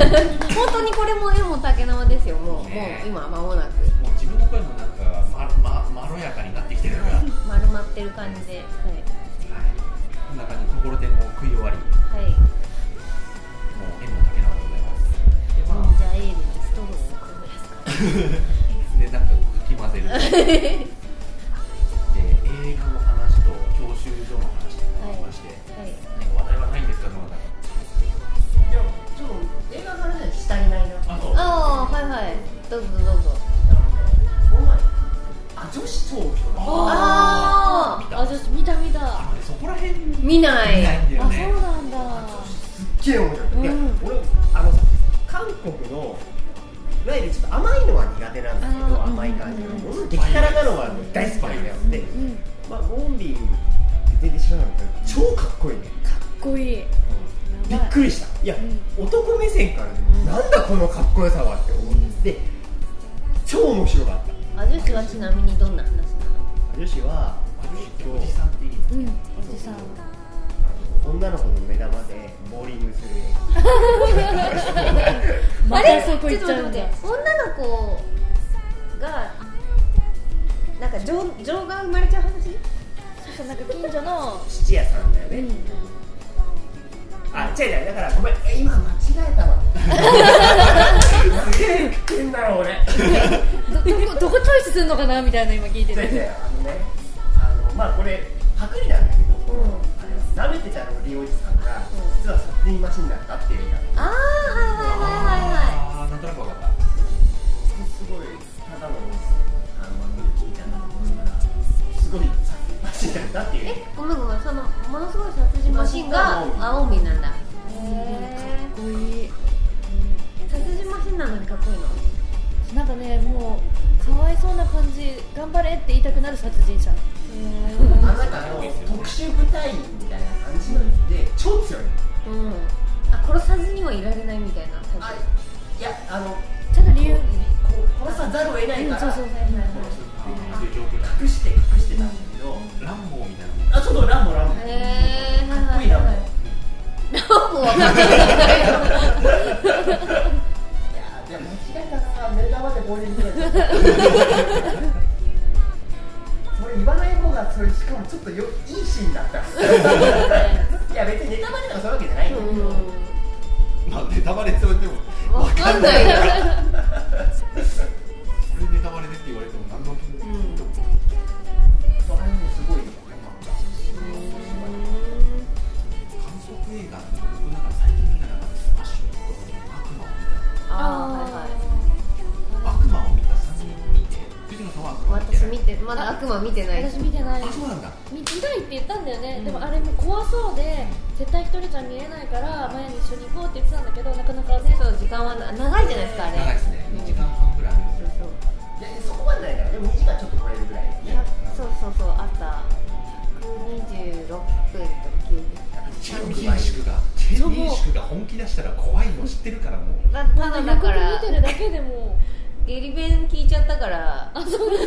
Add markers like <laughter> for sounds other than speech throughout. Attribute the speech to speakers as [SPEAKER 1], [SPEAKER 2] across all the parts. [SPEAKER 1] 本当にこれも絵も竹縄ですよもう,、
[SPEAKER 2] ね
[SPEAKER 1] もう今間もなく
[SPEAKER 2] もう自分の声もなんかまままろやかになってきてるから、
[SPEAKER 1] <laughs>
[SPEAKER 2] はい、
[SPEAKER 1] 丸まってる感じではい、
[SPEAKER 2] こんな感じでところてんも食い終わりもう
[SPEAKER 1] はい、
[SPEAKER 2] 絵も竹縄でございますでまあ
[SPEAKER 1] ジンジャーエールにストローをくぐらすか
[SPEAKER 2] でなんかかき混ぜる
[SPEAKER 1] <laughs>
[SPEAKER 2] で映画の話と教習所の話とかまして、
[SPEAKER 1] らはい
[SPEAKER 2] なんか話題はないんですかその中
[SPEAKER 3] いやちょっと映画の話はしたいないな
[SPEAKER 2] あそう
[SPEAKER 1] ああはいはいどうぞどうぞ
[SPEAKER 3] あのねこの前あ女子東京だ
[SPEAKER 2] あー
[SPEAKER 1] ああ女子見た見
[SPEAKER 2] あ
[SPEAKER 1] た
[SPEAKER 2] のねそこら辺に
[SPEAKER 1] 見ない
[SPEAKER 2] 見ないんだよ
[SPEAKER 1] あ
[SPEAKER 2] ね
[SPEAKER 1] そうなんだ
[SPEAKER 3] すっげえ面白い、いや
[SPEAKER 1] うん
[SPEAKER 3] 俺あの韓国のいわゆるちょっと甘いのは苦手なんだけ
[SPEAKER 1] あ
[SPEAKER 3] ど
[SPEAKER 1] ー
[SPEAKER 3] 甘い感じの
[SPEAKER 1] うん
[SPEAKER 3] もの激辛なのは大好きなんだよで、
[SPEAKER 1] うんか
[SPEAKER 3] まあ、モンビン全然知らなかったけど超かっこいいね
[SPEAKER 1] っこいいや
[SPEAKER 3] びっ
[SPEAKER 1] ばい
[SPEAKER 3] くりしたいや、男目線からでも
[SPEAKER 1] うん
[SPEAKER 3] なんだこのかっこよさはって思ってで超面白かった
[SPEAKER 1] あ女子はちなみにどんな話なの
[SPEAKER 3] 女子は
[SPEAKER 2] おじさんっていいです
[SPEAKER 1] うんお
[SPEAKER 3] そう
[SPEAKER 1] じ
[SPEAKER 3] そ
[SPEAKER 1] さ
[SPEAKER 3] うんあの女の子の目玉でボーリングする映
[SPEAKER 1] あ
[SPEAKER 4] ま
[SPEAKER 1] れ
[SPEAKER 4] た
[SPEAKER 1] ちょ
[SPEAKER 4] そ
[SPEAKER 1] っと
[SPEAKER 4] こ
[SPEAKER 1] 待っ
[SPEAKER 4] 行ってちゃう
[SPEAKER 1] 待っ
[SPEAKER 4] んだ
[SPEAKER 1] て女の子がなんか情情が生まれちゃう話そうなんか近所の
[SPEAKER 3] 画質屋さんだよね、
[SPEAKER 1] うん
[SPEAKER 3] あ違う違うだからごめんえ今間違えたわすげえ食ってんだろ俺
[SPEAKER 4] どどこどこチョイスするのかなみたいな今聞いて
[SPEAKER 3] 違う違
[SPEAKER 4] て
[SPEAKER 3] うあのねあのまあこれパクリなんだけど、
[SPEAKER 1] うん
[SPEAKER 3] なめてたのリおじさんが、実はサッティンマシンだったっていう映画
[SPEAKER 1] ああはいはいはいはいはい
[SPEAKER 2] あーなんとなくわかった
[SPEAKER 3] すごいただのあのミッキーちゃんだと思うんだからすごいサッティンマシンだったっていう映
[SPEAKER 1] えごめんごめんそのものすごい殺人マシンが青海なんだへ
[SPEAKER 4] かっこいい
[SPEAKER 1] え殺人マシンなのにかっこいいの
[SPEAKER 4] なんかねもうかわいそうな感じ頑張れって言いたくなる殺人者
[SPEAKER 3] 画あなたの特殊部隊員みたいな感じなんで超強い
[SPEAKER 1] うんあ殺さずにはいられないみたいな
[SPEAKER 3] あいやあの
[SPEAKER 4] ちゃんと理由
[SPEAKER 3] こう殺さざるを得ない
[SPEAKER 4] うん
[SPEAKER 3] か
[SPEAKER 4] そう
[SPEAKER 3] ら
[SPEAKER 4] そう
[SPEAKER 2] あーっていう状況だ
[SPEAKER 3] 隠して隠してたんだけど
[SPEAKER 2] ランボーみたい
[SPEAKER 3] あちょっとランボランボ
[SPEAKER 1] へえ
[SPEAKER 3] かっこいいランボい
[SPEAKER 1] ランボはかっこいいんだよ
[SPEAKER 3] やでも間違えたな目玉でボーリングだよそれ言わない方がそれしかもちょっとよいいシーンだったいや別にネタバレとかそういうわけじゃないんだけど、
[SPEAKER 2] なまあネタバレって言われても
[SPEAKER 1] うんわかんないよ
[SPEAKER 2] これネタバレでって言われても何の気
[SPEAKER 1] う
[SPEAKER 2] も
[SPEAKER 1] ん
[SPEAKER 3] それもすごいよ
[SPEAKER 2] 韓国映画って僕なんか最近見た中でスマッシュと悪魔を見
[SPEAKER 1] あーはいはい
[SPEAKER 2] た悪魔を見た3人を見て藤野さんは悪魔を見
[SPEAKER 1] 私
[SPEAKER 2] て
[SPEAKER 1] 見てまだ悪魔見てない
[SPEAKER 4] 私見てない
[SPEAKER 2] あそうなんだ
[SPEAKER 4] 見見たいって言ったんだよね、
[SPEAKER 1] うん
[SPEAKER 4] でもあれも怖そうで絶対一人じゃ見れないからマヤに一緒に行こうって言ってたんだけどなかなかね
[SPEAKER 1] そう時間はな長いじゃないですかあれ
[SPEAKER 2] 長いですね2時間半ぐらいあるんです
[SPEAKER 1] そ
[SPEAKER 2] よ
[SPEAKER 1] うそう
[SPEAKER 3] いやそこまでないからでも2時間ちょっと超えるぐらい
[SPEAKER 1] いやそうそうそうあった126分とか90
[SPEAKER 2] チェミーシクがチェミーシクが本気出したら怖いの知ってるからもう
[SPEAKER 1] だただだから
[SPEAKER 4] 予告見てるだけでも
[SPEAKER 1] ゲリ弁聞いちゃったからあそう
[SPEAKER 3] い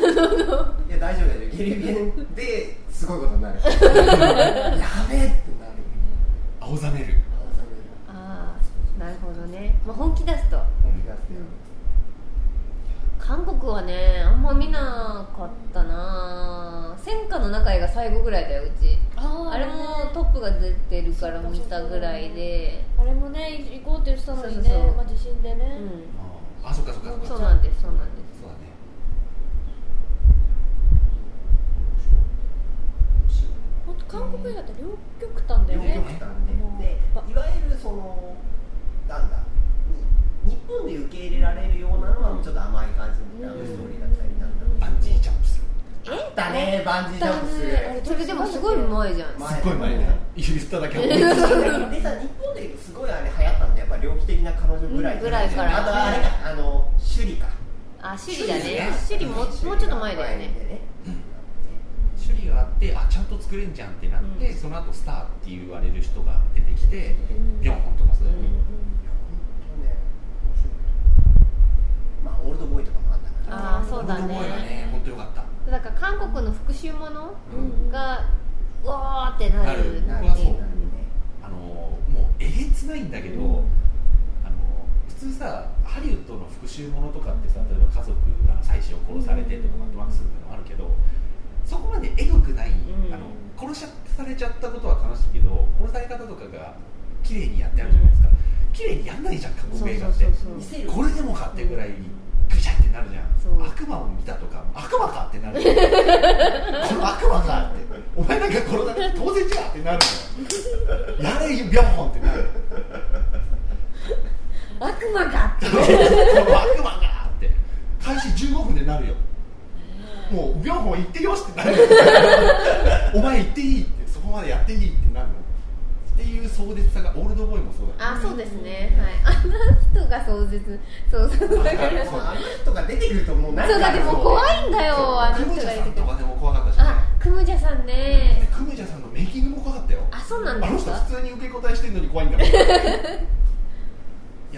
[SPEAKER 3] や大丈夫大丈夫ゲリゲンですごいことになるやべえってなる
[SPEAKER 2] 青ざめる
[SPEAKER 1] あーなるほどね、まあ、本気出すと韓国はねあんま見なかったな戦火の中へが最後ぐらいだようち
[SPEAKER 4] あ
[SPEAKER 1] あれもト
[SPEAKER 4] ッ
[SPEAKER 1] ップが出てるから見たぐらいで
[SPEAKER 4] あれもね行こうって言ってたのに
[SPEAKER 1] そ
[SPEAKER 4] ね
[SPEAKER 1] うそうそう
[SPEAKER 4] まあ、地震で
[SPEAKER 1] う
[SPEAKER 4] ね、
[SPEAKER 1] ん
[SPEAKER 2] あそっかそっかそっか
[SPEAKER 1] そうなんですそうなんで
[SPEAKER 2] そうだね
[SPEAKER 4] 本当韓国映画って両極端だよ
[SPEAKER 3] 両
[SPEAKER 4] ね
[SPEAKER 3] 極端ででいわゆるそのなんだに日本で受け入れられるようなのはちょっと甘い感じみたいなストーリーだったりなんだろう
[SPEAKER 2] バンジージャンプする
[SPEAKER 3] あったねバンジージャンプする
[SPEAKER 4] あれ
[SPEAKER 3] <laughs>
[SPEAKER 1] すそれでもすごい前じゃん
[SPEAKER 3] 前
[SPEAKER 2] すっごい前ね言っただけ思い出した
[SPEAKER 3] でさ日本ですごいあれ流行ったんでやっぱ猟奇的な彼女ぐらい
[SPEAKER 1] うんぐらいから
[SPEAKER 3] あとあれかあの趣里か
[SPEAKER 1] あシリだね
[SPEAKER 3] 趣
[SPEAKER 1] シ
[SPEAKER 3] 里
[SPEAKER 1] リももうちょっと前だよね
[SPEAKER 2] 種類があってあちゃんと作れんじゃんってなって、
[SPEAKER 1] うん
[SPEAKER 2] その後スターって言われる人が出てきてビョンホンとかそうだよね、
[SPEAKER 3] まあオールドボーイとかもあったから
[SPEAKER 1] ああそうだ
[SPEAKER 2] 僕の声が
[SPEAKER 1] ね
[SPEAKER 2] ね本当よかった、
[SPEAKER 1] だから韓国の復讐もの
[SPEAKER 2] うん
[SPEAKER 1] がうわーってなる
[SPEAKER 2] な
[SPEAKER 1] な
[SPEAKER 2] る僕はそう
[SPEAKER 3] なるね
[SPEAKER 2] あのーもうえげつないんだけ
[SPEAKER 1] う
[SPEAKER 2] ど、
[SPEAKER 1] ん
[SPEAKER 2] あのー普普通さハリウッドの復讐ものとかってさ例えば家族が妻子を殺されてとかマッドマックスとかもあるけどそこまでエグくない、
[SPEAKER 5] うん
[SPEAKER 2] あの殺しされちゃったことは悲しいけど殺され方とかが綺麗にやってあるじゃないですか綺麗にやんないじゃん過去映画って
[SPEAKER 5] そうそうそう
[SPEAKER 3] 見せる
[SPEAKER 2] これでもかってぐらいぐちゃってなるじゃ
[SPEAKER 5] そうん
[SPEAKER 2] 悪魔を見たとか悪魔かってなるこの悪魔かってお前なんかこの中で当然じゃんってなるの
[SPEAKER 5] <laughs>
[SPEAKER 2] よやれビョンホンってなる
[SPEAKER 5] 悪魔が
[SPEAKER 2] この悪魔がって開始15分でなるよもうビョンホン行ってよしってな <laughs> るよお前行っていいってそこまでやっていいってなるのっていう壮絶さがオールドボーイもそうだよ
[SPEAKER 5] あそうですねはいあの人が壮絶そうそうだから
[SPEAKER 2] そう
[SPEAKER 3] あの人が出てくるともう何
[SPEAKER 5] そうだってもう怖いんだよあの
[SPEAKER 2] クム
[SPEAKER 5] 人
[SPEAKER 2] ジ
[SPEAKER 5] が
[SPEAKER 2] ャ
[SPEAKER 5] 出
[SPEAKER 2] さ
[SPEAKER 5] て
[SPEAKER 2] ん
[SPEAKER 5] く
[SPEAKER 2] と
[SPEAKER 5] る
[SPEAKER 2] かでも怖かったしね
[SPEAKER 5] あクムジャさんね
[SPEAKER 2] クムジャさんのメイキングも怖かったよ
[SPEAKER 5] あそうなんで
[SPEAKER 2] <laughs> あの
[SPEAKER 5] す
[SPEAKER 2] 人
[SPEAKER 5] か
[SPEAKER 2] 普通に受け答えしてるのに怖い
[SPEAKER 5] <laughs>
[SPEAKER 2] んだもんいや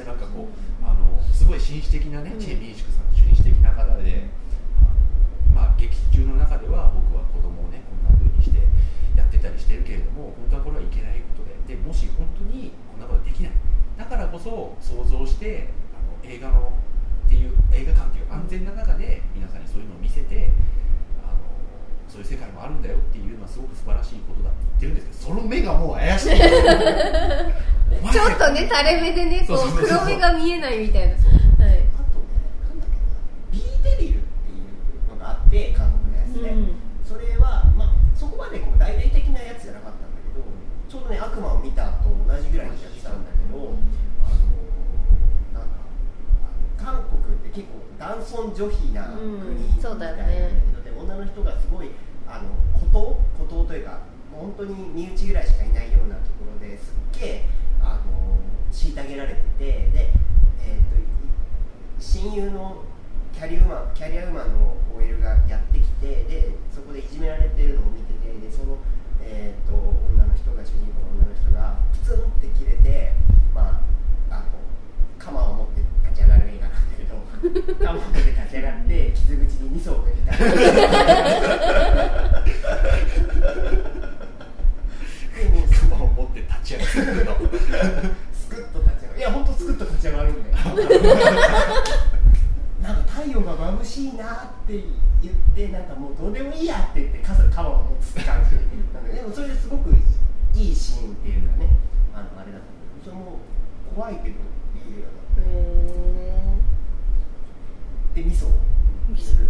[SPEAKER 2] なんかこうあのすごい紳士的なね、
[SPEAKER 5] うん
[SPEAKER 2] チェ・ミンシクさん紳士的な方で、あのまあ、劇中の中では僕は子供をねこんな風にしてやってたりしてるけれども本当はこれはいけないことででもし本当にこんなことできないだからこそ想像してあの映画のっていう映画館っていう安全な中で皆さんにそういうのを見せてあのそういう世界もあるんだよっていうのはすごく素晴らしいことだって言ってるんですけどその目がもう怪しいお前
[SPEAKER 5] ちょっとね垂れ目でねこ
[SPEAKER 2] そうそう
[SPEAKER 5] う
[SPEAKER 2] そうそう
[SPEAKER 5] 黒目が見えないみたいな
[SPEAKER 2] そう
[SPEAKER 5] はい
[SPEAKER 3] あとねなんだっけなビーデビルっていうのがあって韓国のやつね、それは、まあ、そこまでこう大々的なやつじゃなかったんだけどちょうどね悪魔を見たと同じぐらいのやつなんだけどあのなんかあの韓国って結構男尊女卑な国
[SPEAKER 5] うん
[SPEAKER 3] みたい
[SPEAKER 5] そ
[SPEAKER 3] な
[SPEAKER 5] うだよね
[SPEAKER 3] で女の人がすごいあの孤島孤島というか本当に身内ぐらいしかいないようなところですっげえあの虐げられててで、えー、と親友のキャリアウーマンキャリアウーマンの OL がやってきてでそこでいじめられてるのを見ててでその、えー、と女の人が主人公の女の人がプツンって切れて、まあ、あの鎌を持って立ち上がる映画なんだ <laughs> けど鎌を持って立ち上がって傷口に味噌をかけたり <laughs> でもうす
[SPEAKER 2] 熊を持って立ち上がるの
[SPEAKER 3] スクッと立ち上がるいや本当スクッと立ち上がるんだよなんか太陽が眩しいなって言ってなんかもうどうでもいいやって言って傘カバーを持つって感じなんかでもそれですごくいいシーンっていうかねあのあれだと思うそれも怖いけどいい映画だ
[SPEAKER 5] へえ
[SPEAKER 3] で味噌をする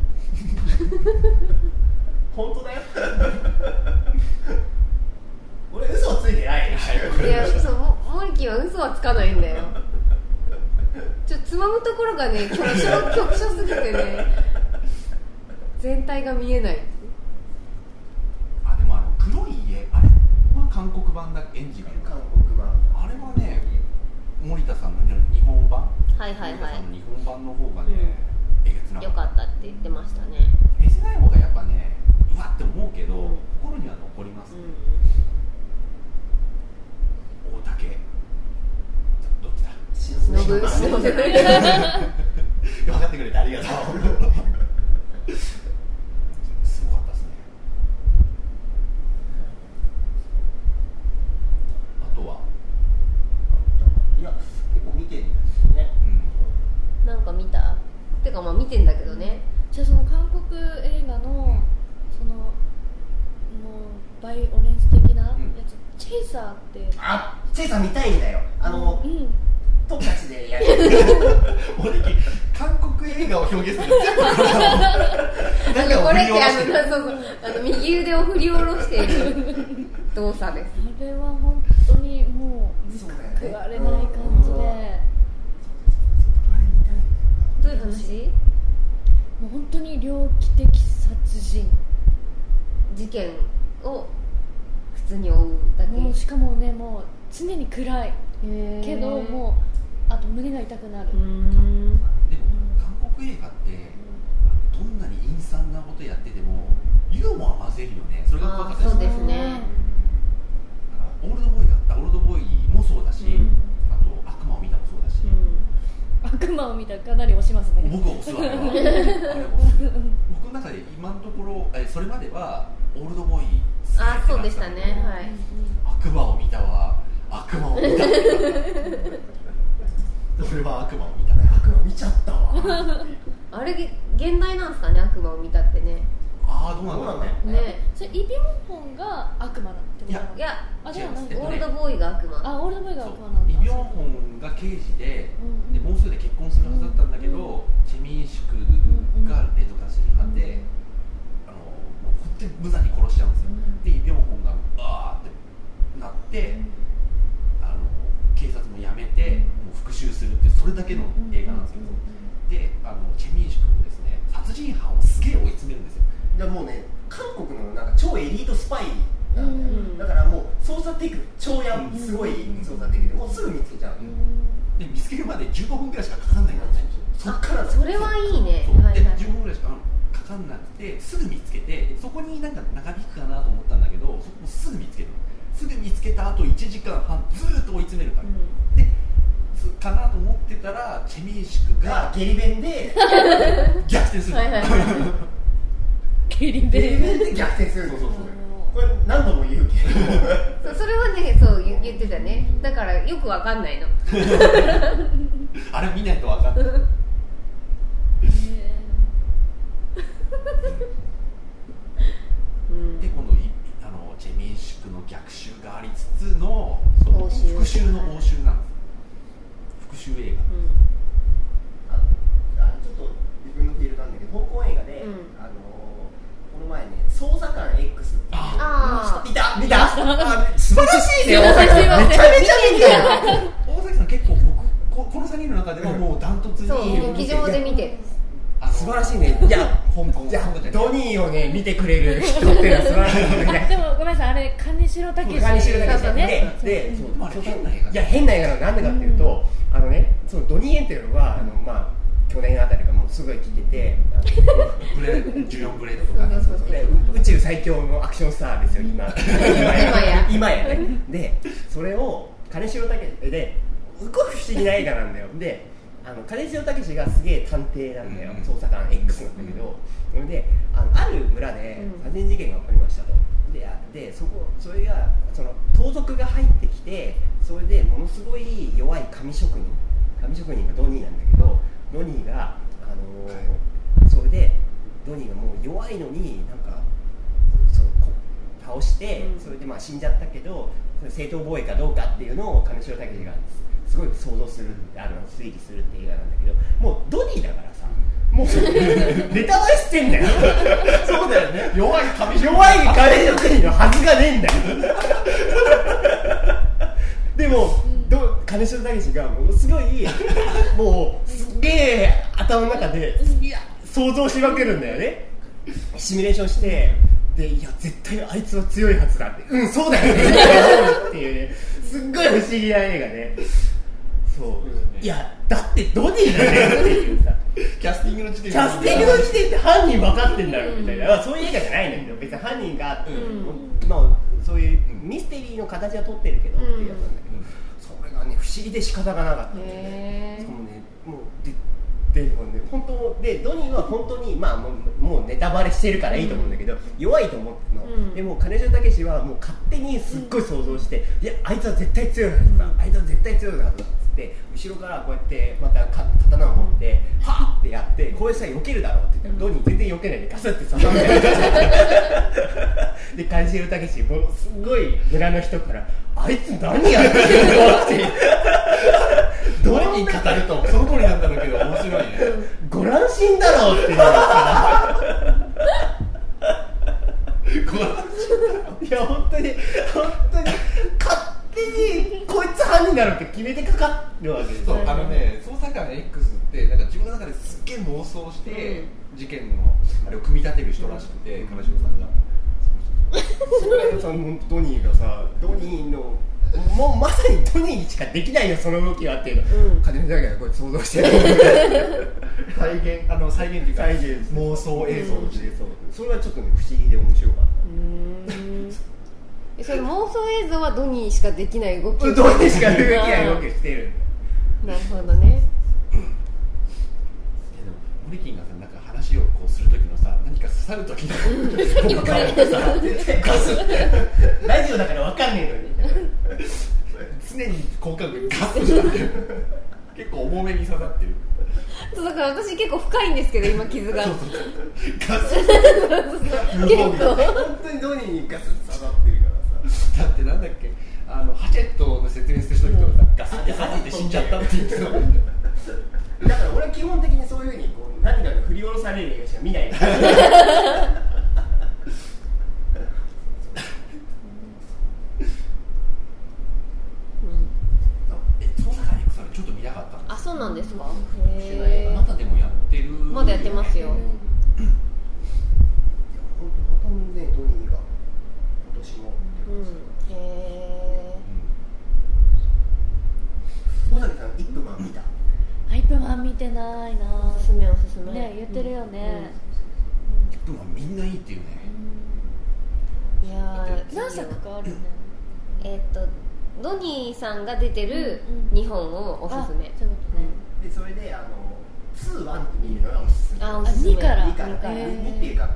[SPEAKER 3] <laughs> 本当だよ <laughs> 俺嘘ついてないよ
[SPEAKER 5] いやそうモモリキは嘘はつかないんだよちょっとつまむところが
[SPEAKER 2] <laughs>
[SPEAKER 5] ね局所局所すぎてね全体が見えない
[SPEAKER 2] あでもあの黒い家あれは韓国版だエンジンが
[SPEAKER 3] 韓国版
[SPEAKER 2] あれはね森田さんの日本版
[SPEAKER 1] はいはい
[SPEAKER 2] 森田
[SPEAKER 1] は
[SPEAKER 2] さん
[SPEAKER 1] い
[SPEAKER 2] の日本版の方がね、えげつな
[SPEAKER 1] 良かったって言ってましたね
[SPEAKER 2] えげつない方がやっぱねうわって思うけど、
[SPEAKER 5] うん
[SPEAKER 2] 心には残りますね、大竹どっちだ
[SPEAKER 3] 忍
[SPEAKER 5] 忍ぶ忍ぶ
[SPEAKER 2] 分かってくれてありがとうすごかったですねあとは、
[SPEAKER 3] いや結構見てるんですよね
[SPEAKER 2] うん、
[SPEAKER 5] なんか見たてかまあ見てんだけどね
[SPEAKER 4] じゃあその韓国映画のそのもうバイオレンス的なやつ、チェイサーって
[SPEAKER 3] あチェイさん見たいんだよあの
[SPEAKER 4] うん
[SPEAKER 3] トンカチでやる
[SPEAKER 2] 俺韓国映画を表現す <laughs> るの全部これ
[SPEAKER 5] あ
[SPEAKER 2] だ
[SPEAKER 5] の
[SPEAKER 2] もん
[SPEAKER 5] これって
[SPEAKER 2] なん
[SPEAKER 5] あのそうそうあ
[SPEAKER 2] かを振り下ろして
[SPEAKER 5] の右腕を振り下ろしている動作です
[SPEAKER 4] あれは本当にもう
[SPEAKER 3] そうだよね
[SPEAKER 4] 報われない
[SPEAKER 3] うんあ
[SPEAKER 4] 感じで
[SPEAKER 3] れ見たいんだよ
[SPEAKER 5] どういう話
[SPEAKER 4] もう本当に猟奇的殺人
[SPEAKER 5] 事件を普通に追うだけ
[SPEAKER 4] もうしかもねもう常に暗いけどもうあと胸が痛くなる、
[SPEAKER 5] うーん
[SPEAKER 2] でも韓国映画ってどんなに陰惨なことやっててもユーモア混ぜるよねそれが怖か
[SPEAKER 5] あ
[SPEAKER 2] った
[SPEAKER 5] ー
[SPEAKER 2] です
[SPEAKER 5] そう
[SPEAKER 2] ね
[SPEAKER 5] ですね
[SPEAKER 2] あのオールドボーイだったオールドボーイもそうだし、
[SPEAKER 5] うん
[SPEAKER 2] あと悪魔を見たもそうだし、
[SPEAKER 5] うん
[SPEAKER 4] 悪魔を見たらかなり押しますね
[SPEAKER 2] 僕は押すわけはあれは押す僕の中で今のところえそれまではオールドボーイ好きだ
[SPEAKER 5] あ
[SPEAKER 2] っ
[SPEAKER 5] ー
[SPEAKER 2] て
[SPEAKER 5] そう
[SPEAKER 2] なって
[SPEAKER 5] で
[SPEAKER 2] た
[SPEAKER 5] したねはい
[SPEAKER 2] 悪魔を見たわ悪魔を見たそれは悪魔を見たな
[SPEAKER 3] 悪魔見ちゃったわ
[SPEAKER 5] あれげ現代なんですかね悪魔を見たってね
[SPEAKER 2] ああどうなんだろうね
[SPEAKER 3] どうなんだろう
[SPEAKER 5] ね
[SPEAKER 4] それイ・ビョンホンが悪魔なのってことなの
[SPEAKER 5] いや
[SPEAKER 4] あじゃあなん
[SPEAKER 2] え
[SPEAKER 5] オ
[SPEAKER 2] っと
[SPEAKER 5] ー
[SPEAKER 2] ね
[SPEAKER 5] ルドボーイが悪魔
[SPEAKER 4] あオールドボーイが
[SPEAKER 2] そ
[SPEAKER 4] 悪魔なん
[SPEAKER 2] う
[SPEAKER 4] だ
[SPEAKER 2] イ・ビョンホンが刑事で
[SPEAKER 4] うん
[SPEAKER 2] でもうすぐで結婚するはずだったんだけど、チェ・ミンシクがレッドカスに派で、あのもう本当に無残に殺しちゃうんですよ、
[SPEAKER 4] うん
[SPEAKER 2] でイ・ビョンホンがあーってなって、あの警察も辞めてもう復讐するっていうそれだけの映画なんですけど、であのチェ・ミンシクもですね殺人犯をすげえ追い詰めるんですよ
[SPEAKER 3] でもうね韓国のなんか超エリートスパイなんだよ、
[SPEAKER 5] うん
[SPEAKER 3] だからもう捜査テク超やんすごい捜査テクでもうすぐ見つけちゃう、
[SPEAKER 2] で見つけるまで15分ぐらいしかかかんないからね
[SPEAKER 3] そっからだ
[SPEAKER 5] それはいいね
[SPEAKER 2] そう
[SPEAKER 5] はいはい
[SPEAKER 2] で15分ぐらいしかうんかかんなくてすぐ見つけてそこになんか長引くかなと思ったんだけどそこすぐ見つけるすぐ見つけた後1時間半ずーっと追い詰めるから、
[SPEAKER 5] う
[SPEAKER 2] つかなと思ってたらチェ・ミンシク
[SPEAKER 3] が
[SPEAKER 2] が
[SPEAKER 3] ゲリ弁で
[SPEAKER 2] 逆転す
[SPEAKER 5] ん
[SPEAKER 2] る
[SPEAKER 5] はいはいはい
[SPEAKER 4] ケリ
[SPEAKER 3] ゲリ弁で逆転するんですよ
[SPEAKER 2] そうそうそう
[SPEAKER 3] これ何度も言うけど
[SPEAKER 5] <laughs> そうそれはねそう言言ってたねだからよくわかんないの
[SPEAKER 2] あれ見ないと分かんない
[SPEAKER 5] うん
[SPEAKER 2] で今度いあのチェ・ミンシクの逆襲がありつつのそ
[SPEAKER 5] 応
[SPEAKER 2] の
[SPEAKER 5] 酬
[SPEAKER 2] 復讐の応酬なんです復讐映画
[SPEAKER 5] う
[SPEAKER 3] あのあのちょっと自分のフィールドなんだけど香港映画で、
[SPEAKER 5] うん
[SPEAKER 3] あのこの前ね捜査官 X っていう
[SPEAKER 2] あ
[SPEAKER 5] あ
[SPEAKER 3] 見た見たあ素晴らしいね大
[SPEAKER 5] すいません
[SPEAKER 3] 崎さんめちゃめちゃ見たよ
[SPEAKER 2] 大崎さん結構僕ここの3人の中ではもうダントツ
[SPEAKER 5] あ
[SPEAKER 2] に
[SPEAKER 5] そう劇場で見て
[SPEAKER 2] あの
[SPEAKER 3] 素晴らしいねいや
[SPEAKER 2] 香港
[SPEAKER 3] じゃ
[SPEAKER 2] <laughs> 香港
[SPEAKER 3] あ
[SPEAKER 2] じゃない
[SPEAKER 3] ドニーをね見てくれる人っていうのは素晴らしいんだ
[SPEAKER 4] <laughs> でもごめんなさいあれ金城武
[SPEAKER 3] けどにしろだけじゃね
[SPEAKER 4] そう
[SPEAKER 3] で
[SPEAKER 2] そう
[SPEAKER 3] そう
[SPEAKER 2] あれ変な映画
[SPEAKER 3] いや変な映画なのなんでかっていうと、あのねそのドニーエンっていうのはあのまあ去年あたりからもうすごい来ててあの
[SPEAKER 2] ブレ14ブレードとかね
[SPEAKER 5] そうそうそう
[SPEAKER 3] でう宇宙最強のアクションスターですよ今
[SPEAKER 5] 今や
[SPEAKER 3] 今やねでそれを金城武ですごい不思議な映画なんだよであの金城武がすげえ探偵なんだよ、
[SPEAKER 2] うん
[SPEAKER 3] 捜査官 X なんだけど、それであのある村で
[SPEAKER 5] うん
[SPEAKER 3] 殺人事件が起こりましたとであでそこそれがその盗賊が入ってきてそれでものすごい弱い紙職人紙職人がドニーなんだけどドニーがあのー
[SPEAKER 2] はい
[SPEAKER 3] それでドニーがもう弱いのになんかそのこ倒して、
[SPEAKER 5] うん
[SPEAKER 3] それでまあ死んじゃったけどそれ正当防衛かどうかっていうのを金城武がすごい想像するあの推理するって映画なんだけどもうドニーだからさもうネタバレして <laughs> んだよ
[SPEAKER 2] そうだよね弱い髪
[SPEAKER 3] 弱い金城武のはずがねえんだよでも、ど金城武がものすごい <laughs> もうすっげえ頭の中ですげえ想像しまくるんだよねシミュレーションしてでいや絶対あいつは強いはずだってうんそうだよねっていうねすっごい不思議な映画ねそういやだってドニーだねっていうさ
[SPEAKER 2] キャスティングの時点
[SPEAKER 3] キャスティングの時点って犯人分かってんだろみたいな、まあそういう映画じゃないんだけど別に犯人が、
[SPEAKER 5] ん
[SPEAKER 3] まあ、そういうミステリーの形は取ってるけどっていうやつなんだけど、それがね不思議で仕方がなかったんだよね
[SPEAKER 5] へ
[SPEAKER 3] し
[SPEAKER 5] え
[SPEAKER 3] かもねもうででもね本当でドニーは本当にまあもうもうネタバレしてるからいいと思うんだけど、弱いと思っての、
[SPEAKER 5] うん
[SPEAKER 3] でも金城武はもう勝手にすっごい想像して、いやあいつは絶対強いはずだ、あいつは絶対強いはずだっつって後ろからこうやってまたか刀を持って、はっってやってこうしたら避けるだろうって言ったら、ドニー全然避けないでガサ <laughs> って刺さってで金城武ものすごい村の人から「あいつ何やってるの?」って
[SPEAKER 2] どれに語るとその頃になったんだけど面白いね
[SPEAKER 3] ご乱心だろうって言われていや本当に本当に勝手にこいつ犯人だろうって決めてかかるわけです
[SPEAKER 2] そ
[SPEAKER 3] よ
[SPEAKER 2] うあのね捜査官 X ってなんか自分の中ですっげえ妄想して、事件のあれを組み立てる人らしくて、金城さんが。
[SPEAKER 3] それそのドニーがさドニーのもうまさにドニーにしかできないよその動きはっていうの、
[SPEAKER 5] うん
[SPEAKER 3] 金目だけどこれ想像してる <laughs>
[SPEAKER 2] 再現あの再現というか
[SPEAKER 3] 再現です
[SPEAKER 2] 妄想映像として、
[SPEAKER 3] それはちょっとね不思議で面白かっ
[SPEAKER 5] うーんえそれ妄想映像はドニーしかできない動き
[SPEAKER 3] たドニーしかできない動きしてるんだ
[SPEAKER 5] なるほどね
[SPEAKER 2] いやでもモリキンがさなんか話をこうする時のさ何か刺さる時の効果音がさガスって
[SPEAKER 3] ラジオだから分かんねえのに
[SPEAKER 2] <laughs> 常に効果音がガスって結構重めに刺さってる
[SPEAKER 5] そうだから私結構深いんですけど今傷が
[SPEAKER 2] そうそうガス
[SPEAKER 5] <laughs> 結
[SPEAKER 2] 向
[SPEAKER 5] 構
[SPEAKER 3] 本当にドニーにガス刺さってるからさ
[SPEAKER 2] だってなんだっけあのハチェットの説明する時とかさガスって刺さって死んじゃったって言ってたもんね
[SPEAKER 3] だから俺は基本的にそういうふうにこう何かが振り下ろされる映画しか見ないから
[SPEAKER 1] うん
[SPEAKER 2] えその中に行くさちょっと見なかったんで
[SPEAKER 1] あそうなんですか
[SPEAKER 2] すけど
[SPEAKER 1] へ
[SPEAKER 2] まだでもやってる
[SPEAKER 1] まだやってますよ
[SPEAKER 3] 本当ほとんどねドニーが今年もって
[SPEAKER 1] え
[SPEAKER 3] 感
[SPEAKER 1] う
[SPEAKER 3] じ
[SPEAKER 1] んへ
[SPEAKER 3] 小崎さん、イップマン見た。
[SPEAKER 4] ハイプマン見てない
[SPEAKER 1] え
[SPEAKER 4] な
[SPEAKER 1] おすすめおすすめ
[SPEAKER 4] ね言ってるよね、
[SPEAKER 2] でもみんないいっていうね
[SPEAKER 1] うんいやー
[SPEAKER 4] 何作かあるよね
[SPEAKER 1] えーっとドニーさんが出てる
[SPEAKER 4] うん
[SPEAKER 1] 日本をおすすめ
[SPEAKER 4] あそういうことね
[SPEAKER 3] で、それで、あの、ツーワンって見るのがおすすめ。
[SPEAKER 1] あお
[SPEAKER 4] あ
[SPEAKER 1] すすめ
[SPEAKER 4] 2から
[SPEAKER 3] 見から、
[SPEAKER 1] 見から
[SPEAKER 3] 見っていうか、あ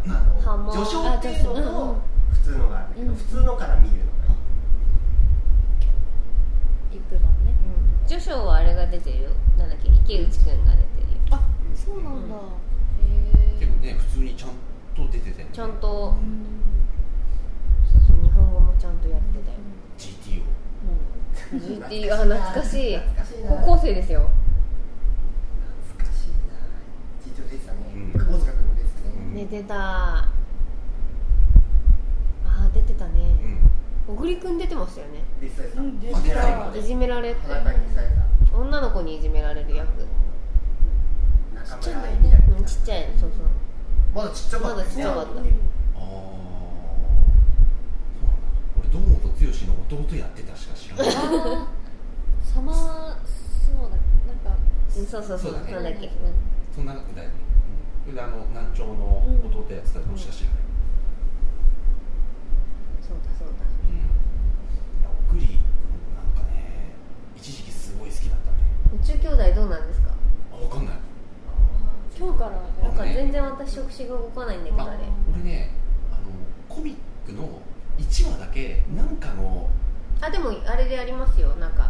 [SPEAKER 1] ハ
[SPEAKER 3] の、
[SPEAKER 1] モ
[SPEAKER 3] 序章っていうの
[SPEAKER 4] あ序章うんうん
[SPEAKER 3] と、普通のがあるんだけ
[SPEAKER 4] う
[SPEAKER 3] ど、
[SPEAKER 4] ん
[SPEAKER 3] 普通のから見るのがいい。
[SPEAKER 4] イップマンね
[SPEAKER 1] 序章はあれが出てるよなんだっけ池内くんが出てるよ
[SPEAKER 4] あそうなんだ、
[SPEAKER 1] う
[SPEAKER 4] へ
[SPEAKER 2] で
[SPEAKER 4] え
[SPEAKER 2] もね普通にちゃんと出てたよね
[SPEAKER 1] ちゃんとそうそう日本語もちゃんとやってたよ
[SPEAKER 2] GTO
[SPEAKER 1] GT が懐かしい
[SPEAKER 3] 懐かしいな。
[SPEAKER 1] 高校生ですよ
[SPEAKER 3] 懐かしいな。実況出てたね
[SPEAKER 2] うん。
[SPEAKER 3] 大塚君も出てた
[SPEAKER 2] うん
[SPEAKER 3] ね。
[SPEAKER 1] 寝てたああ出てたね
[SPEAKER 2] うん
[SPEAKER 1] 小栗くん出てましたよね
[SPEAKER 3] 出てたやつだ
[SPEAKER 4] うん出て
[SPEAKER 3] あ
[SPEAKER 4] た
[SPEAKER 3] 出てない
[SPEAKER 1] いじめられって
[SPEAKER 3] 裸にされた。
[SPEAKER 1] 女の子にいじめられる役
[SPEAKER 3] 仲間がいみたいな
[SPEAKER 1] うんちっちゃいそうそう
[SPEAKER 3] まだちっちゃかったですね。
[SPEAKER 1] まだちっちゃかった
[SPEAKER 3] あの時
[SPEAKER 2] ああ俺堂本剛の弟やってたしか知らない
[SPEAKER 4] あーサマーそうだなんか
[SPEAKER 1] うんそうそうそ
[SPEAKER 2] そう
[SPEAKER 1] う
[SPEAKER 2] だね
[SPEAKER 1] なんだっけ
[SPEAKER 2] そんなだよねそれであの南朝の弟やってたのしか知らない、
[SPEAKER 1] そうだそうだ
[SPEAKER 2] うんいや送りなんかね一時期すごい好きだったね
[SPEAKER 1] 宇宙兄弟どうなんですか
[SPEAKER 2] あ分かんない
[SPEAKER 4] 今日から
[SPEAKER 2] な
[SPEAKER 1] なんん
[SPEAKER 2] か
[SPEAKER 1] か
[SPEAKER 2] ね
[SPEAKER 1] 全然私触手が動かないんだけどあれ
[SPEAKER 2] 俺ねあのコミックの1話だけなんかの
[SPEAKER 1] あでもあれでありますよなんか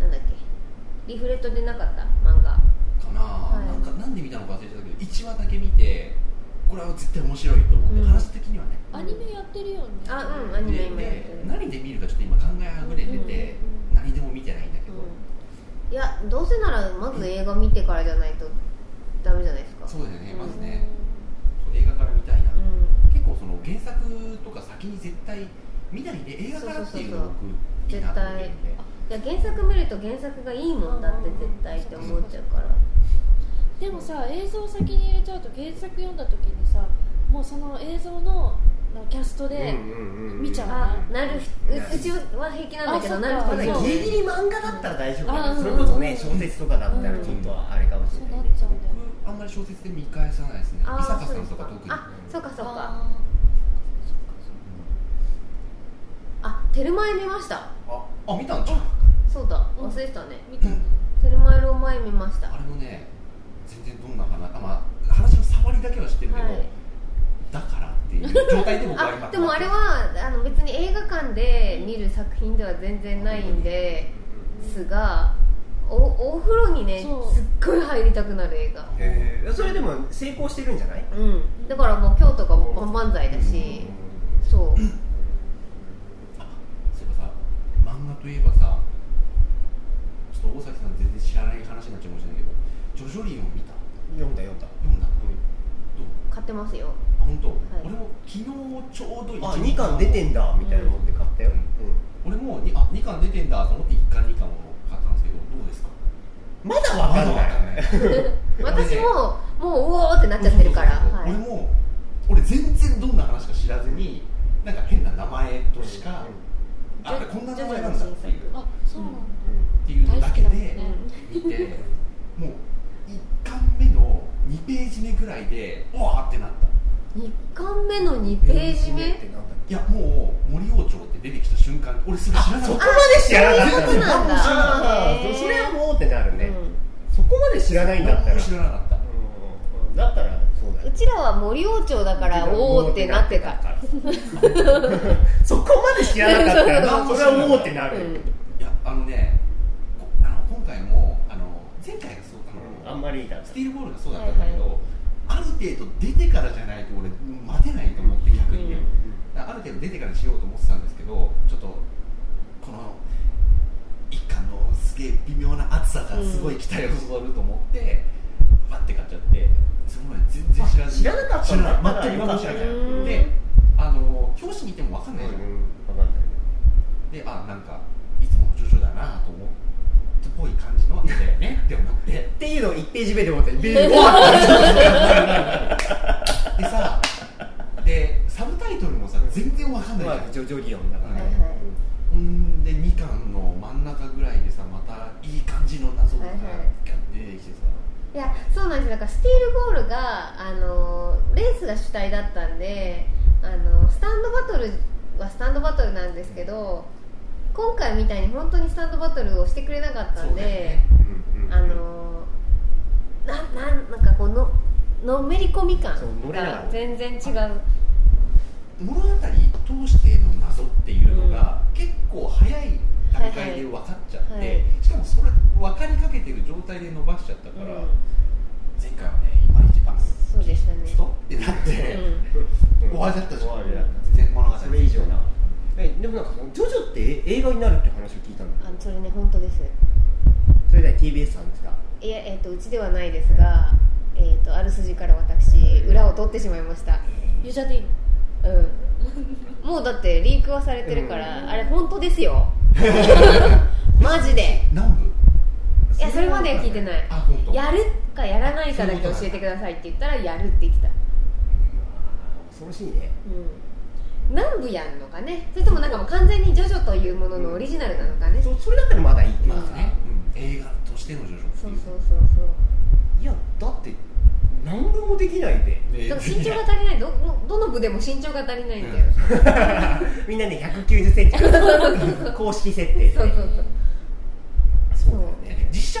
[SPEAKER 1] なんだっけリフレットでなかった漫画
[SPEAKER 2] かな,、
[SPEAKER 1] い
[SPEAKER 2] なんかなんで見たのか忘れちゃったけど1話だけ見てこれは絶対面白いと思って、
[SPEAKER 1] うん
[SPEAKER 2] 話的にはね
[SPEAKER 4] アニメやってるよね
[SPEAKER 1] あうんアニメ
[SPEAKER 2] で
[SPEAKER 1] 今やって
[SPEAKER 2] で
[SPEAKER 1] る
[SPEAKER 2] 何で見るかちょっと今考えあぐれてて、
[SPEAKER 4] うん
[SPEAKER 2] 何でも見てないんだけど、
[SPEAKER 1] うんいやどうせならまず映画見てからじゃないとダメじゃないですか
[SPEAKER 2] そうだよね
[SPEAKER 1] うん
[SPEAKER 2] まずね、そう映画から見たいな、
[SPEAKER 1] う
[SPEAKER 2] 結構その原作とか先に絶対見ないで映画からっていうのが
[SPEAKER 1] そうそう
[SPEAKER 2] 僕いいなと思ってるんで
[SPEAKER 1] んいや原作見ると原作がいいもんだって絶対って思っちゃうから
[SPEAKER 4] でもさ映像を先に入れちゃうと原作読んだ時にさもうその映像のなんかキャストで見ちゃう
[SPEAKER 1] あ
[SPEAKER 4] な、
[SPEAKER 1] なるひううちは平気なんだけど
[SPEAKER 4] あ
[SPEAKER 1] なる
[SPEAKER 3] ま
[SPEAKER 1] 人
[SPEAKER 3] だ
[SPEAKER 1] いる
[SPEAKER 4] そう
[SPEAKER 1] よ
[SPEAKER 4] か
[SPEAKER 3] ギ
[SPEAKER 1] ね
[SPEAKER 3] リギリ漫画だったら大丈夫だ
[SPEAKER 4] あ
[SPEAKER 3] ね
[SPEAKER 4] ー
[SPEAKER 3] それこそね小説とかだったら
[SPEAKER 4] うん
[SPEAKER 3] ちょっとあれかもし
[SPEAKER 4] そう
[SPEAKER 3] れな
[SPEAKER 4] ないっ
[SPEAKER 3] ね
[SPEAKER 4] ちゃうんだよね
[SPEAKER 2] 僕あんまり小説で見返さないですね伊
[SPEAKER 1] あー
[SPEAKER 2] 坂さ
[SPEAKER 1] そうんです
[SPEAKER 2] とか特に
[SPEAKER 1] あそうかそうか
[SPEAKER 4] あ
[SPEAKER 1] あテルマエ見ました
[SPEAKER 2] ああ見たんちゃう
[SPEAKER 1] そうだ忘れてたね
[SPEAKER 4] ー見てね
[SPEAKER 1] テルマエの前見ました
[SPEAKER 2] あ
[SPEAKER 1] は
[SPEAKER 2] れもね全然どんな話あまあ話の触りだけは知ってるけど、
[SPEAKER 1] い
[SPEAKER 2] だからっていう状態で僕は今
[SPEAKER 1] あでもあれはあの別に映画館で見る作品では全然ないんですがおお風呂にね
[SPEAKER 4] そう
[SPEAKER 1] すっごい入りたくなる映画
[SPEAKER 3] へーそれでも成功してるんじゃない
[SPEAKER 1] うんだからもう今日とかも万々歳だしそう
[SPEAKER 2] そういえばさ漫画といえばさちょっと大崎さん全然知らない話になっちゃうかもしれないけどジョジョリオン見た
[SPEAKER 3] 読んだ読んだ
[SPEAKER 2] 読んだどう
[SPEAKER 1] 買ってますよ
[SPEAKER 2] あ本当、
[SPEAKER 1] い
[SPEAKER 2] 俺も昨日ちょうど一
[SPEAKER 3] あ2巻出てんだみたいなもんで買ったよ
[SPEAKER 2] うん俺もにあ2巻出てんだと思って1巻2巻を買ったんですけどどうですか
[SPEAKER 3] まだわかん
[SPEAKER 2] まだ
[SPEAKER 3] ない
[SPEAKER 2] わかんない
[SPEAKER 1] 私ももううおーってなっちゃってるから
[SPEAKER 2] そうそうそう
[SPEAKER 1] はい
[SPEAKER 2] 俺も俺全然どんな話か知らずになんか変な名前としか、あこれこんな名前なんだっていう
[SPEAKER 4] あそうなんだ、
[SPEAKER 2] っていうのだけで、
[SPEAKER 4] 大好きだもんね
[SPEAKER 2] 見てもう1巻目の2ページ目ぐらいでうわーってなった
[SPEAKER 1] 1巻目の2ページ目
[SPEAKER 3] ってなんだっ
[SPEAKER 2] いやもう森王朝って出てきた瞬間俺それ知らな
[SPEAKER 3] け
[SPEAKER 2] か
[SPEAKER 3] そ
[SPEAKER 2] っ
[SPEAKER 3] こ
[SPEAKER 2] た
[SPEAKER 3] まで知らなかった
[SPEAKER 1] そういうことなんだ
[SPEAKER 3] あー
[SPEAKER 1] へー
[SPEAKER 3] それはもうってなるね
[SPEAKER 1] うん
[SPEAKER 3] そこまで知らないんだった
[SPEAKER 2] 何
[SPEAKER 3] ら
[SPEAKER 2] も知らなかった
[SPEAKER 3] うんうんだったらそうだ
[SPEAKER 1] う
[SPEAKER 3] よ
[SPEAKER 1] ちらは森王朝だからおーってなってた
[SPEAKER 3] らそこまで知ら
[SPEAKER 1] <laughs>
[SPEAKER 3] なかったらそれはもうってな
[SPEAKER 1] う
[SPEAKER 3] る
[SPEAKER 1] ん
[SPEAKER 2] いやあのねこあの今回もあの
[SPEAKER 3] んまりだっ
[SPEAKER 2] ス
[SPEAKER 3] た
[SPEAKER 2] ティールボールがそうだったんだけど、ある程度出てからじゃないと俺待てないと思って逆にね、だからある程度出てからしようと思ってたんですけどちょっとこの一貫のすげえ微妙な暑さがすごい期待をそそると思って、バッて買っちゃってその前全然知らずに
[SPEAKER 3] あ知らなかったんだ
[SPEAKER 2] 知らない全く今も知らない
[SPEAKER 1] うん
[SPEAKER 2] であの表紙見ても分かんないじゃん、
[SPEAKER 3] 分かんないね
[SPEAKER 2] であなんかいつもの徐々だなと思ってっぽい感じの絵だよねって思って
[SPEAKER 6] っていうのを1ページ目で
[SPEAKER 1] <laughs>
[SPEAKER 6] 思ってで
[SPEAKER 2] でさでサブタイトルもさ全然わかんないじゃん、
[SPEAKER 6] まあジョジョリオンだから
[SPEAKER 1] はい
[SPEAKER 6] ね、
[SPEAKER 1] はい
[SPEAKER 2] うんで2巻の真ん中ぐらいでさまたいい感じの謎が
[SPEAKER 1] はいはい
[SPEAKER 2] 出てきてさ、
[SPEAKER 1] いやそうなんですだからスティールボールがあのレースが主体だったんであのスタンドバトルはスタンドバトルなんですけど今回みたいに本当にスタンドバトルをしてくれなかったんで、
[SPEAKER 2] そうだよね
[SPEAKER 3] うんうん
[SPEAKER 1] あのななんなんかこうののめり込み感
[SPEAKER 3] そう乗れなかっ
[SPEAKER 1] が
[SPEAKER 3] た
[SPEAKER 1] 全然違う
[SPEAKER 2] 物語通しての謎っていうのが、結構早い段階で分かっちゃって、
[SPEAKER 1] はいはい
[SPEAKER 2] しかもそれ分かりかけてる状態で伸ばしちゃったから、
[SPEAKER 1] うん
[SPEAKER 2] 前回はねいまいちあ
[SPEAKER 1] そうでしたね
[SPEAKER 2] ストってなって、
[SPEAKER 3] うん
[SPEAKER 2] 終わりだったじゃん
[SPEAKER 3] 終わりだった
[SPEAKER 2] 全然物語
[SPEAKER 3] それ以上なえでもなんかそのジョジョってえ映画になるって話を聞いたん
[SPEAKER 1] あ
[SPEAKER 3] だけ
[SPEAKER 1] の
[SPEAKER 3] ど
[SPEAKER 1] それね本当です
[SPEAKER 3] それ以来 TBS さんですか
[SPEAKER 1] いやえっ、とうちではないですが、えっとある筋から私裏を取ってしまいました
[SPEAKER 4] 言っちゃっていいの
[SPEAKER 1] うんもうだってリークはされてるから、あれ本当ですよ <laughs> マジで
[SPEAKER 2] 南部
[SPEAKER 1] いやそれまでは聞いてない
[SPEAKER 2] あ本当
[SPEAKER 1] やるかやらないかだけ教えてくださいって言ったらやるって言ってた、
[SPEAKER 3] 恐ろしいね
[SPEAKER 1] うん、南部やんのかねそれともなんかもう完全にジョジョというもののオリジナルなのかね、そう
[SPEAKER 3] そそれだったらまだいいけど
[SPEAKER 2] ま
[SPEAKER 3] さ、
[SPEAKER 2] あね、うん映画としてのジョジョって
[SPEAKER 1] そう
[SPEAKER 2] いう
[SPEAKER 1] そうそう
[SPEAKER 3] いやだって何分もできないで
[SPEAKER 2] ね
[SPEAKER 1] でも身長が足りないどのどの部でも身長が足りないんだよ、
[SPEAKER 2] うん
[SPEAKER 3] みんなね1 9 0センチ公式設定で
[SPEAKER 1] そうそうそう
[SPEAKER 3] そうだよね
[SPEAKER 2] 実写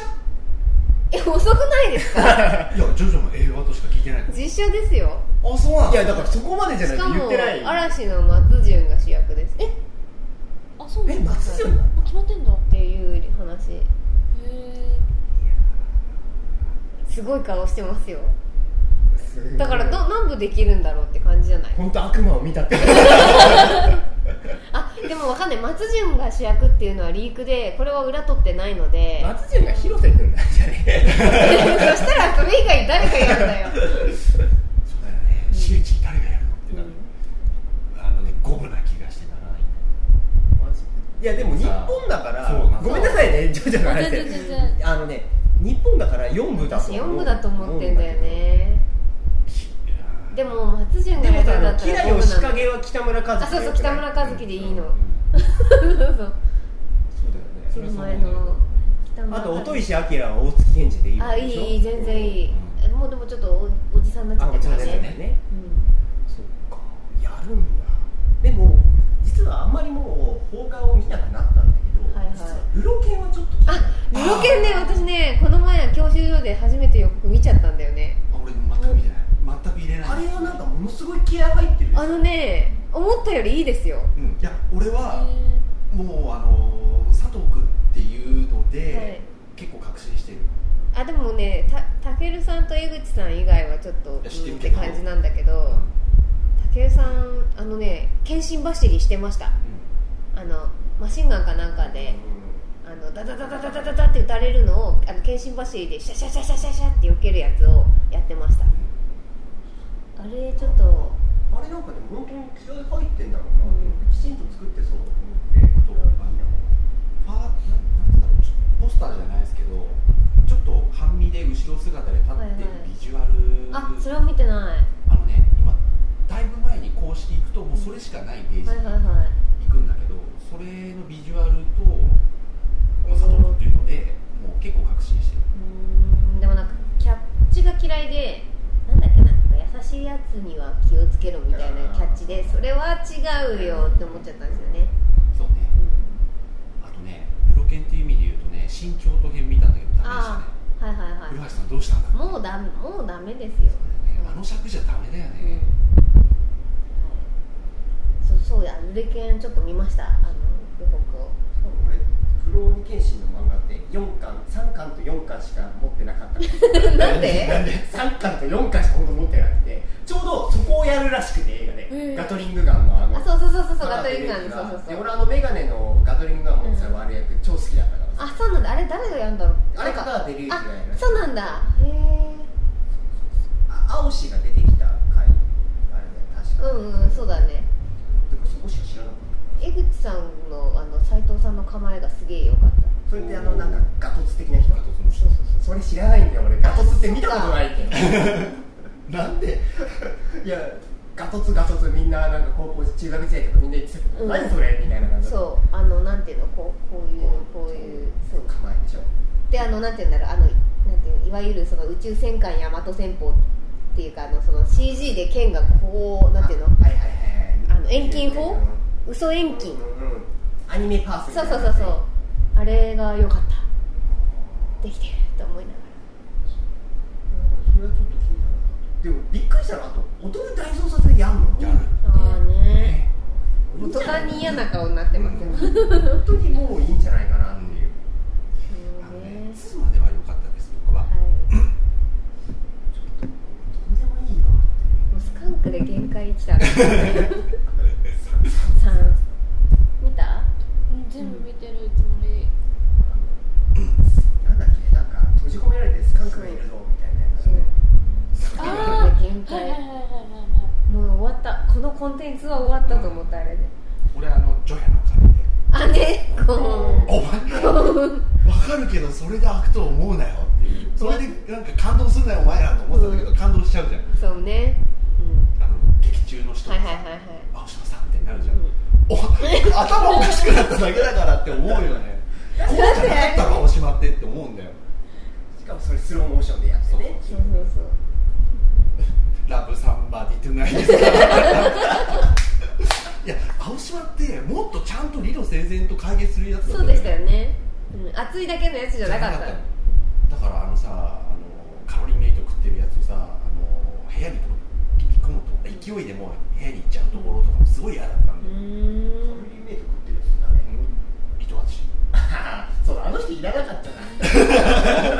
[SPEAKER 1] え遅くないですか
[SPEAKER 2] いやジョジョの映画としか聞いてない
[SPEAKER 1] 実写ですよ
[SPEAKER 2] あそうなん
[SPEAKER 3] いやだからそこまでじゃな
[SPEAKER 1] し
[SPEAKER 3] い
[SPEAKER 1] か
[SPEAKER 3] と言っ
[SPEAKER 1] も
[SPEAKER 3] てないよ
[SPEAKER 1] 嵐の松潤が主役ですえっ
[SPEAKER 4] あそうな
[SPEAKER 3] え
[SPEAKER 4] んだ
[SPEAKER 3] 松潤なの
[SPEAKER 4] あ決まってんだへ
[SPEAKER 1] ていう話
[SPEAKER 4] え
[SPEAKER 1] すごい顔してますよ
[SPEAKER 3] すごい
[SPEAKER 1] だからど何部できるんだろうって感じじゃない
[SPEAKER 3] 本当悪魔を見たって
[SPEAKER 1] あでもわかんない松潤が主役っていうのはリークでこれは裏取ってないので
[SPEAKER 3] <laughs> 松潤が広瀬君なんじゃね
[SPEAKER 1] そしたらそれ以外誰かやるんだよ、
[SPEAKER 2] そうだよねシエチ誰がやるのってなる、あのねゴブな気がしてならない
[SPEAKER 3] いやでも日本だか
[SPEAKER 2] そうな
[SPEAKER 3] ら
[SPEAKER 2] んだ
[SPEAKER 3] ごめんなさいねジョジョの
[SPEAKER 4] あ
[SPEAKER 3] 話
[SPEAKER 4] 全
[SPEAKER 3] で
[SPEAKER 4] 然全然
[SPEAKER 3] あのね日本だから4部だと
[SPEAKER 1] 私
[SPEAKER 3] 思う
[SPEAKER 1] 4部だと思ってんだよねでも松潤
[SPEAKER 3] で
[SPEAKER 1] がやる
[SPEAKER 3] も
[SPEAKER 1] ん
[SPEAKER 3] さあ
[SPEAKER 1] だ
[SPEAKER 3] の
[SPEAKER 1] った
[SPEAKER 3] 吉
[SPEAKER 1] ら
[SPEAKER 3] 良義
[SPEAKER 1] なの
[SPEAKER 3] 景は北村和樹
[SPEAKER 1] あそうそう北村
[SPEAKER 3] 樹
[SPEAKER 1] 和樹でいいの、そうそう
[SPEAKER 3] そうだよね
[SPEAKER 2] そ
[SPEAKER 1] そ
[SPEAKER 2] れ
[SPEAKER 1] の
[SPEAKER 2] はそう
[SPEAKER 1] 前の北
[SPEAKER 3] あ
[SPEAKER 1] 村
[SPEAKER 3] と
[SPEAKER 1] 和樹
[SPEAKER 3] 音石明は大月健二でいいわ
[SPEAKER 1] あ
[SPEAKER 3] けでしょ
[SPEAKER 1] いいいい全然いい、もうでもちょっとおおじさんになっちゃ
[SPEAKER 3] あ
[SPEAKER 1] っ
[SPEAKER 3] こ
[SPEAKER 1] た
[SPEAKER 3] ち
[SPEAKER 1] から
[SPEAKER 3] です
[SPEAKER 1] らね
[SPEAKER 3] ね
[SPEAKER 1] うん
[SPEAKER 3] そっかやるんだでも実はあんまりもう放課を見なくなったんだけど、
[SPEAKER 1] はいはい
[SPEAKER 3] 実はルロケンはちょっと気になる
[SPEAKER 1] ムロケンね私ねこの前教習所で初めて予告見ちゃったんだよね
[SPEAKER 2] あ俺全く見てない全く入れない
[SPEAKER 3] あれはなんかものすごい気合入ってるでしょ
[SPEAKER 1] あのね思ったよりいいですよ
[SPEAKER 2] うんいや俺は
[SPEAKER 4] へ
[SPEAKER 2] もうあの佐藤君っていうので、
[SPEAKER 1] はい
[SPEAKER 2] 結構確信してる
[SPEAKER 1] あでもねたたけるさんと江口さん以外はちょっと
[SPEAKER 2] いや知っ
[SPEAKER 1] う
[SPEAKER 2] てる
[SPEAKER 1] んっ
[SPEAKER 2] け
[SPEAKER 1] て
[SPEAKER 2] ど
[SPEAKER 1] 感じなんだけどたけるさんあのね謙信走りしてましたあのマシンガンかなんかであのダダダダダダダダって撃たれるのをあの謙信走りでシャシャシャシャシャシャって避けるやつをやってましたあれちょっと
[SPEAKER 3] あれなんかでも本当に気合入ってんだろうなと思って、きちんと作ってそうだと思っ
[SPEAKER 2] あと
[SPEAKER 3] て
[SPEAKER 2] あのファーなんなんて言うんだろうちょっとポスターじゃないですけどちょっと半身で後ろ姿で立
[SPEAKER 1] はい
[SPEAKER 2] っ
[SPEAKER 1] は
[SPEAKER 2] て
[SPEAKER 1] い
[SPEAKER 2] るビジュアル、
[SPEAKER 1] あそれは見てない
[SPEAKER 2] あのね今だいぶ前に公式行くともうそれしかないページに
[SPEAKER 1] はいはいはい
[SPEAKER 2] 行くんだけどそれのビジュアルとまあ佐藤っていうのでもう結構確信してる
[SPEAKER 1] うーんでもなんかキャッチが嫌いでなんだっけな優しいやつには気をつけろみたいなキャッチでそれは違うよって思っちゃったんですよね、
[SPEAKER 2] そうねあとねプロ犬っていう意味で言うとね身長と編見たんだけどダメでしたね
[SPEAKER 1] ああはいはいはい
[SPEAKER 2] 古橋さんどうしたんだろう
[SPEAKER 1] もうダメもうダメですよ、
[SPEAKER 2] ねあの尺じゃダメだよ
[SPEAKER 1] うん
[SPEAKER 2] ね、
[SPEAKER 1] そうそうやルレケンちょっと見ましたあの予告 <laughs> を
[SPEAKER 3] 俺「クローニケンシン」の漫画って4巻3巻と4巻しか持ってなかったか
[SPEAKER 1] なんで
[SPEAKER 3] なんで3巻と4巻しか本当持ってなくてちょうどそこをやるらしくて映画で、
[SPEAKER 4] うん
[SPEAKER 3] ガトリングガンのあの
[SPEAKER 1] あそうそうそうそうそうガ
[SPEAKER 3] マナ
[SPEAKER 1] ト
[SPEAKER 3] テ
[SPEAKER 1] リングガンね
[SPEAKER 3] レイ
[SPEAKER 1] そ
[SPEAKER 3] が
[SPEAKER 1] うそう
[SPEAKER 3] で
[SPEAKER 1] そう
[SPEAKER 3] 俺あのメガネのガトリングガン持ってた悪役超好きだったからさ
[SPEAKER 1] あそうなんだあれ誰がやるんだろう
[SPEAKER 3] あれ
[SPEAKER 1] なん
[SPEAKER 3] がデリュージが
[SPEAKER 1] あ
[SPEAKER 3] やる
[SPEAKER 1] そうなんだへえ
[SPEAKER 3] あアオシが出てきた回あれだよ確か
[SPEAKER 1] うんうんそうだね
[SPEAKER 3] でもそこしか知らなかっ
[SPEAKER 1] 江口さんのあの斎藤さんの構えがすげえ良かった
[SPEAKER 3] たそれってあのなんかガトツ的な人
[SPEAKER 1] そうそうそう
[SPEAKER 3] それ知らないんだよ俺ガトツって見たことないんだよ
[SPEAKER 2] なんで
[SPEAKER 3] いやガトツガトツみんななんか高校中学時代とかみんな言ってたけど、
[SPEAKER 1] うん
[SPEAKER 3] 何それみたいな感じだった
[SPEAKER 1] そうあのなんていうのこうこういうこういう
[SPEAKER 3] そ
[SPEAKER 1] そうう
[SPEAKER 3] 構えでしょ
[SPEAKER 1] であのなんていうんだろうあのなんていうのいわゆるその宇宙戦艦大和戦法っていうかあのその CG で剣がこうなんていうの
[SPEAKER 3] あはいはいはいはい
[SPEAKER 1] あの遠近法嘘遠近
[SPEAKER 3] うんうんうんアニメパースみ
[SPEAKER 1] そ
[SPEAKER 3] た
[SPEAKER 1] う
[SPEAKER 3] い
[SPEAKER 1] そ
[SPEAKER 3] な
[SPEAKER 1] うそうそうあれが良かったできてると思いなが
[SPEAKER 3] それはちょっと気になるでもびっくりしたのあと音の大捜査でやんの
[SPEAKER 2] やる
[SPEAKER 1] らああね
[SPEAKER 3] い
[SPEAKER 1] 大
[SPEAKER 3] いんじゃない
[SPEAKER 1] 人に嫌な顔になってますよね
[SPEAKER 3] 本当にもういいんじゃないかなっていう
[SPEAKER 2] あのね2までは良かったです僕は、
[SPEAKER 1] はい
[SPEAKER 3] とんでもいいわ
[SPEAKER 1] もうスカンクで限界来たね <laughs> 三見た
[SPEAKER 4] うん全部見てるつもり
[SPEAKER 3] ってなんだっけなんか閉じ込められてスカンクがいるぞみたいなやつ
[SPEAKER 1] そう
[SPEAKER 3] ね
[SPEAKER 1] スカンクで限
[SPEAKER 4] はい
[SPEAKER 1] 界
[SPEAKER 4] はいはいはい
[SPEAKER 1] もう終わったこのコンテンツは終わったと思ったあれで
[SPEAKER 2] 俺あのジョヤの金で
[SPEAKER 1] あねこう
[SPEAKER 2] お
[SPEAKER 1] <laughs>
[SPEAKER 2] 前らわかるけどそれで開くと思うなよっていうそれでなんか感動するなよお前らと思ってたんだけど、感動しちゃうじゃん
[SPEAKER 1] そうねうん
[SPEAKER 2] あの劇中の人が
[SPEAKER 1] はい
[SPEAKER 2] さ、
[SPEAKER 1] はいはいはい
[SPEAKER 2] あ星野さんってなるじゃん、
[SPEAKER 1] うん
[SPEAKER 2] お頭おかしくなっただけだからって思うよ
[SPEAKER 1] <laughs>
[SPEAKER 2] ねこうじゃなかったか大島ってって思うんだよ
[SPEAKER 3] しかもそれスローモーションでやってね
[SPEAKER 1] そうそうそう
[SPEAKER 2] ラブサンバディトゥナイ
[SPEAKER 1] <laughs>
[SPEAKER 2] トいや青島ってもっとちゃんと理路整然と解決するやつだ
[SPEAKER 1] そうでしたよね、うん、熱いだけのやつじゃなかった
[SPEAKER 2] だからあのさあのカロリーメイト食ってるやつさあの部屋に飛び込むと勢いでもう部屋に行っちゃうところとかもすごい嫌だったん
[SPEAKER 1] う
[SPEAKER 2] で、
[SPEAKER 3] フ
[SPEAKER 1] ー
[SPEAKER 3] ァ
[SPEAKER 1] ん
[SPEAKER 3] ミリーメイト食ってるやつだね <laughs>
[SPEAKER 2] うん、糸足
[SPEAKER 3] そうだあの人いらなかったな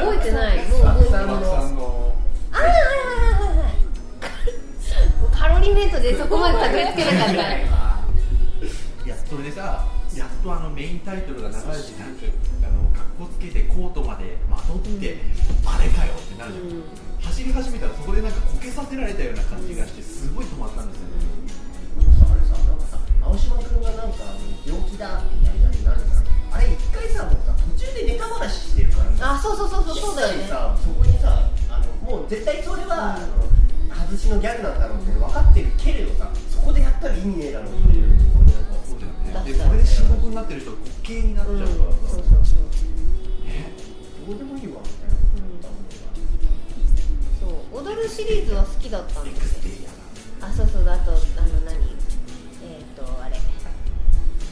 [SPEAKER 1] 覚えてないもう
[SPEAKER 3] た
[SPEAKER 1] 覚え
[SPEAKER 3] く
[SPEAKER 1] て
[SPEAKER 3] さ
[SPEAKER 1] ない
[SPEAKER 2] マさ
[SPEAKER 3] ん
[SPEAKER 2] ん
[SPEAKER 3] の
[SPEAKER 2] の
[SPEAKER 1] あーはいはいはいはいカロリーメイトでそこまでたどり着けな
[SPEAKER 3] <laughs>
[SPEAKER 1] かった <laughs>
[SPEAKER 2] いやそれでさやっとあのメインタイトルが流れてなんかあの格好つけてコートまでまとって、あれかよってなるじゃん、
[SPEAKER 1] うん
[SPEAKER 2] 走り始めたらそこでなんかこけさせられたような感じがしてすごい止まったんですよね、
[SPEAKER 3] あれさなんかさ青島君がなんかあの病気だみたいなになるからあれ一回さもうさ途中でネタ話してるから
[SPEAKER 1] あ
[SPEAKER 3] さ
[SPEAKER 1] そうそうそうそうそうだよ
[SPEAKER 3] 一
[SPEAKER 1] ね
[SPEAKER 3] 切さそこにさあのもう絶対それは、あの外しのギャグなんだろうって分かってるけれどさそこでやったら意味ねえだろうっていう、そこでなんか
[SPEAKER 2] そうだよね
[SPEAKER 1] 確
[SPEAKER 2] で
[SPEAKER 1] かに
[SPEAKER 2] それで深刻になってる人滑稽になっちゃ
[SPEAKER 1] う
[SPEAKER 2] うんか
[SPEAKER 1] そ
[SPEAKER 2] ら
[SPEAKER 1] う
[SPEAKER 2] さ、
[SPEAKER 1] そうそう
[SPEAKER 2] ね
[SPEAKER 3] どうでもいいわみたいな思ったもん
[SPEAKER 1] そう踊るシリーズは好きだったん
[SPEAKER 2] エ
[SPEAKER 1] で
[SPEAKER 2] クス
[SPEAKER 1] す
[SPEAKER 2] テ
[SPEAKER 1] よ
[SPEAKER 2] リアが
[SPEAKER 1] あそうそうあとあの何えっ、とあれ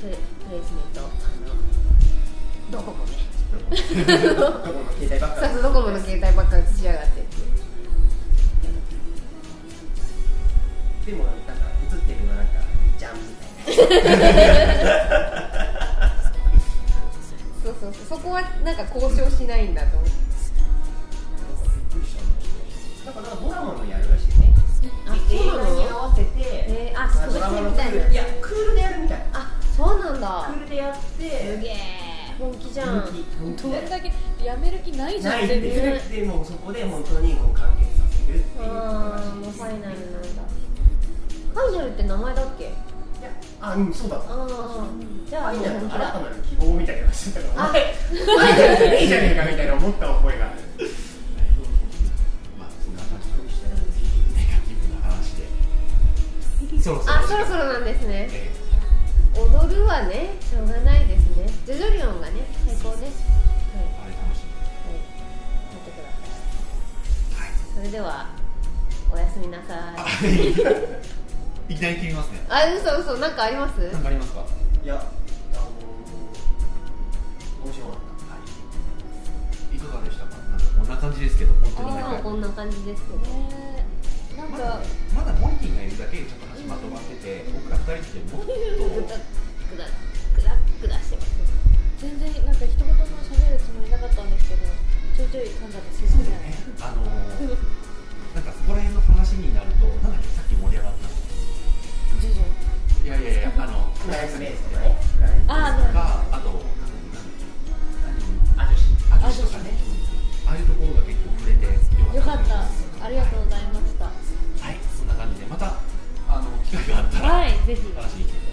[SPEAKER 1] プレプレイスメントあのドコモね
[SPEAKER 3] どこの携帯ばっか
[SPEAKER 1] さすドコモの携帯ばっかりしやがってっていう
[SPEAKER 3] でもなんか映ってるのはなんかジャンみたいな
[SPEAKER 1] そうそうそうそこはなんか交渉しないんだと思って
[SPEAKER 3] なんかびっくりしたんだけどだからドラマもやるらしいね
[SPEAKER 1] あそうなの
[SPEAKER 3] 映画に合わせて、
[SPEAKER 1] えーあ特
[SPEAKER 3] ドラマ
[SPEAKER 1] 別
[SPEAKER 3] の
[SPEAKER 1] み
[SPEAKER 3] ク
[SPEAKER 1] たい
[SPEAKER 3] ー
[SPEAKER 1] な
[SPEAKER 3] ルいやクールでやるみたいな
[SPEAKER 1] あそうなんだ
[SPEAKER 3] クールでやって
[SPEAKER 1] すげえ本気じゃん
[SPEAKER 3] 本気
[SPEAKER 4] どんだけやめる気ないじゃ
[SPEAKER 3] なんいってで
[SPEAKER 4] 全然
[SPEAKER 1] ね
[SPEAKER 3] でもそこで本当にもう完結させるっていう
[SPEAKER 1] あ
[SPEAKER 3] 話
[SPEAKER 1] あもうファイナルなんだファイナルって名前だっけ
[SPEAKER 3] いやあうんそうだった
[SPEAKER 1] ああじゃあ
[SPEAKER 3] ファ
[SPEAKER 1] もう
[SPEAKER 3] イナル
[SPEAKER 1] 本
[SPEAKER 3] と
[SPEAKER 1] 気
[SPEAKER 3] 新た
[SPEAKER 1] だ
[SPEAKER 3] なる希望みたいなのがしてたか
[SPEAKER 1] あ
[SPEAKER 3] らお前ファイナルじゃねえじゃねえかみたいな思った覚えがある
[SPEAKER 2] まあそんな感じのネガティブな話でそろそろ
[SPEAKER 1] あそろそろなんですね
[SPEAKER 2] え
[SPEAKER 1] 踊るはねしょうがないですねジョジョリオンがね最高ねはい
[SPEAKER 2] ーあれ楽しみ
[SPEAKER 1] はい見てくださいそれ
[SPEAKER 2] はい
[SPEAKER 1] ではおやすみなさい
[SPEAKER 2] いきなり切りますね。
[SPEAKER 1] あ嘘嘘なんかあります
[SPEAKER 2] なんかありますか。はい
[SPEAKER 3] やあの面白かった
[SPEAKER 2] い。いかがでしたか。なんかこんな感じですけど、本当になん
[SPEAKER 1] 今
[SPEAKER 2] か。
[SPEAKER 1] こんな感じですけど
[SPEAKER 4] ねえなん
[SPEAKER 2] まだ
[SPEAKER 4] か
[SPEAKER 2] ね、まだモリキンがいるだけで、ちょっと話まとまってて、僕ら二人ってもっ
[SPEAKER 1] グダ
[SPEAKER 2] と。
[SPEAKER 1] グダグダグダしてます
[SPEAKER 4] 全然なんか一言も喋るつもりなかったんですけどちょいちょい噛んだんですいません
[SPEAKER 2] 話に来てく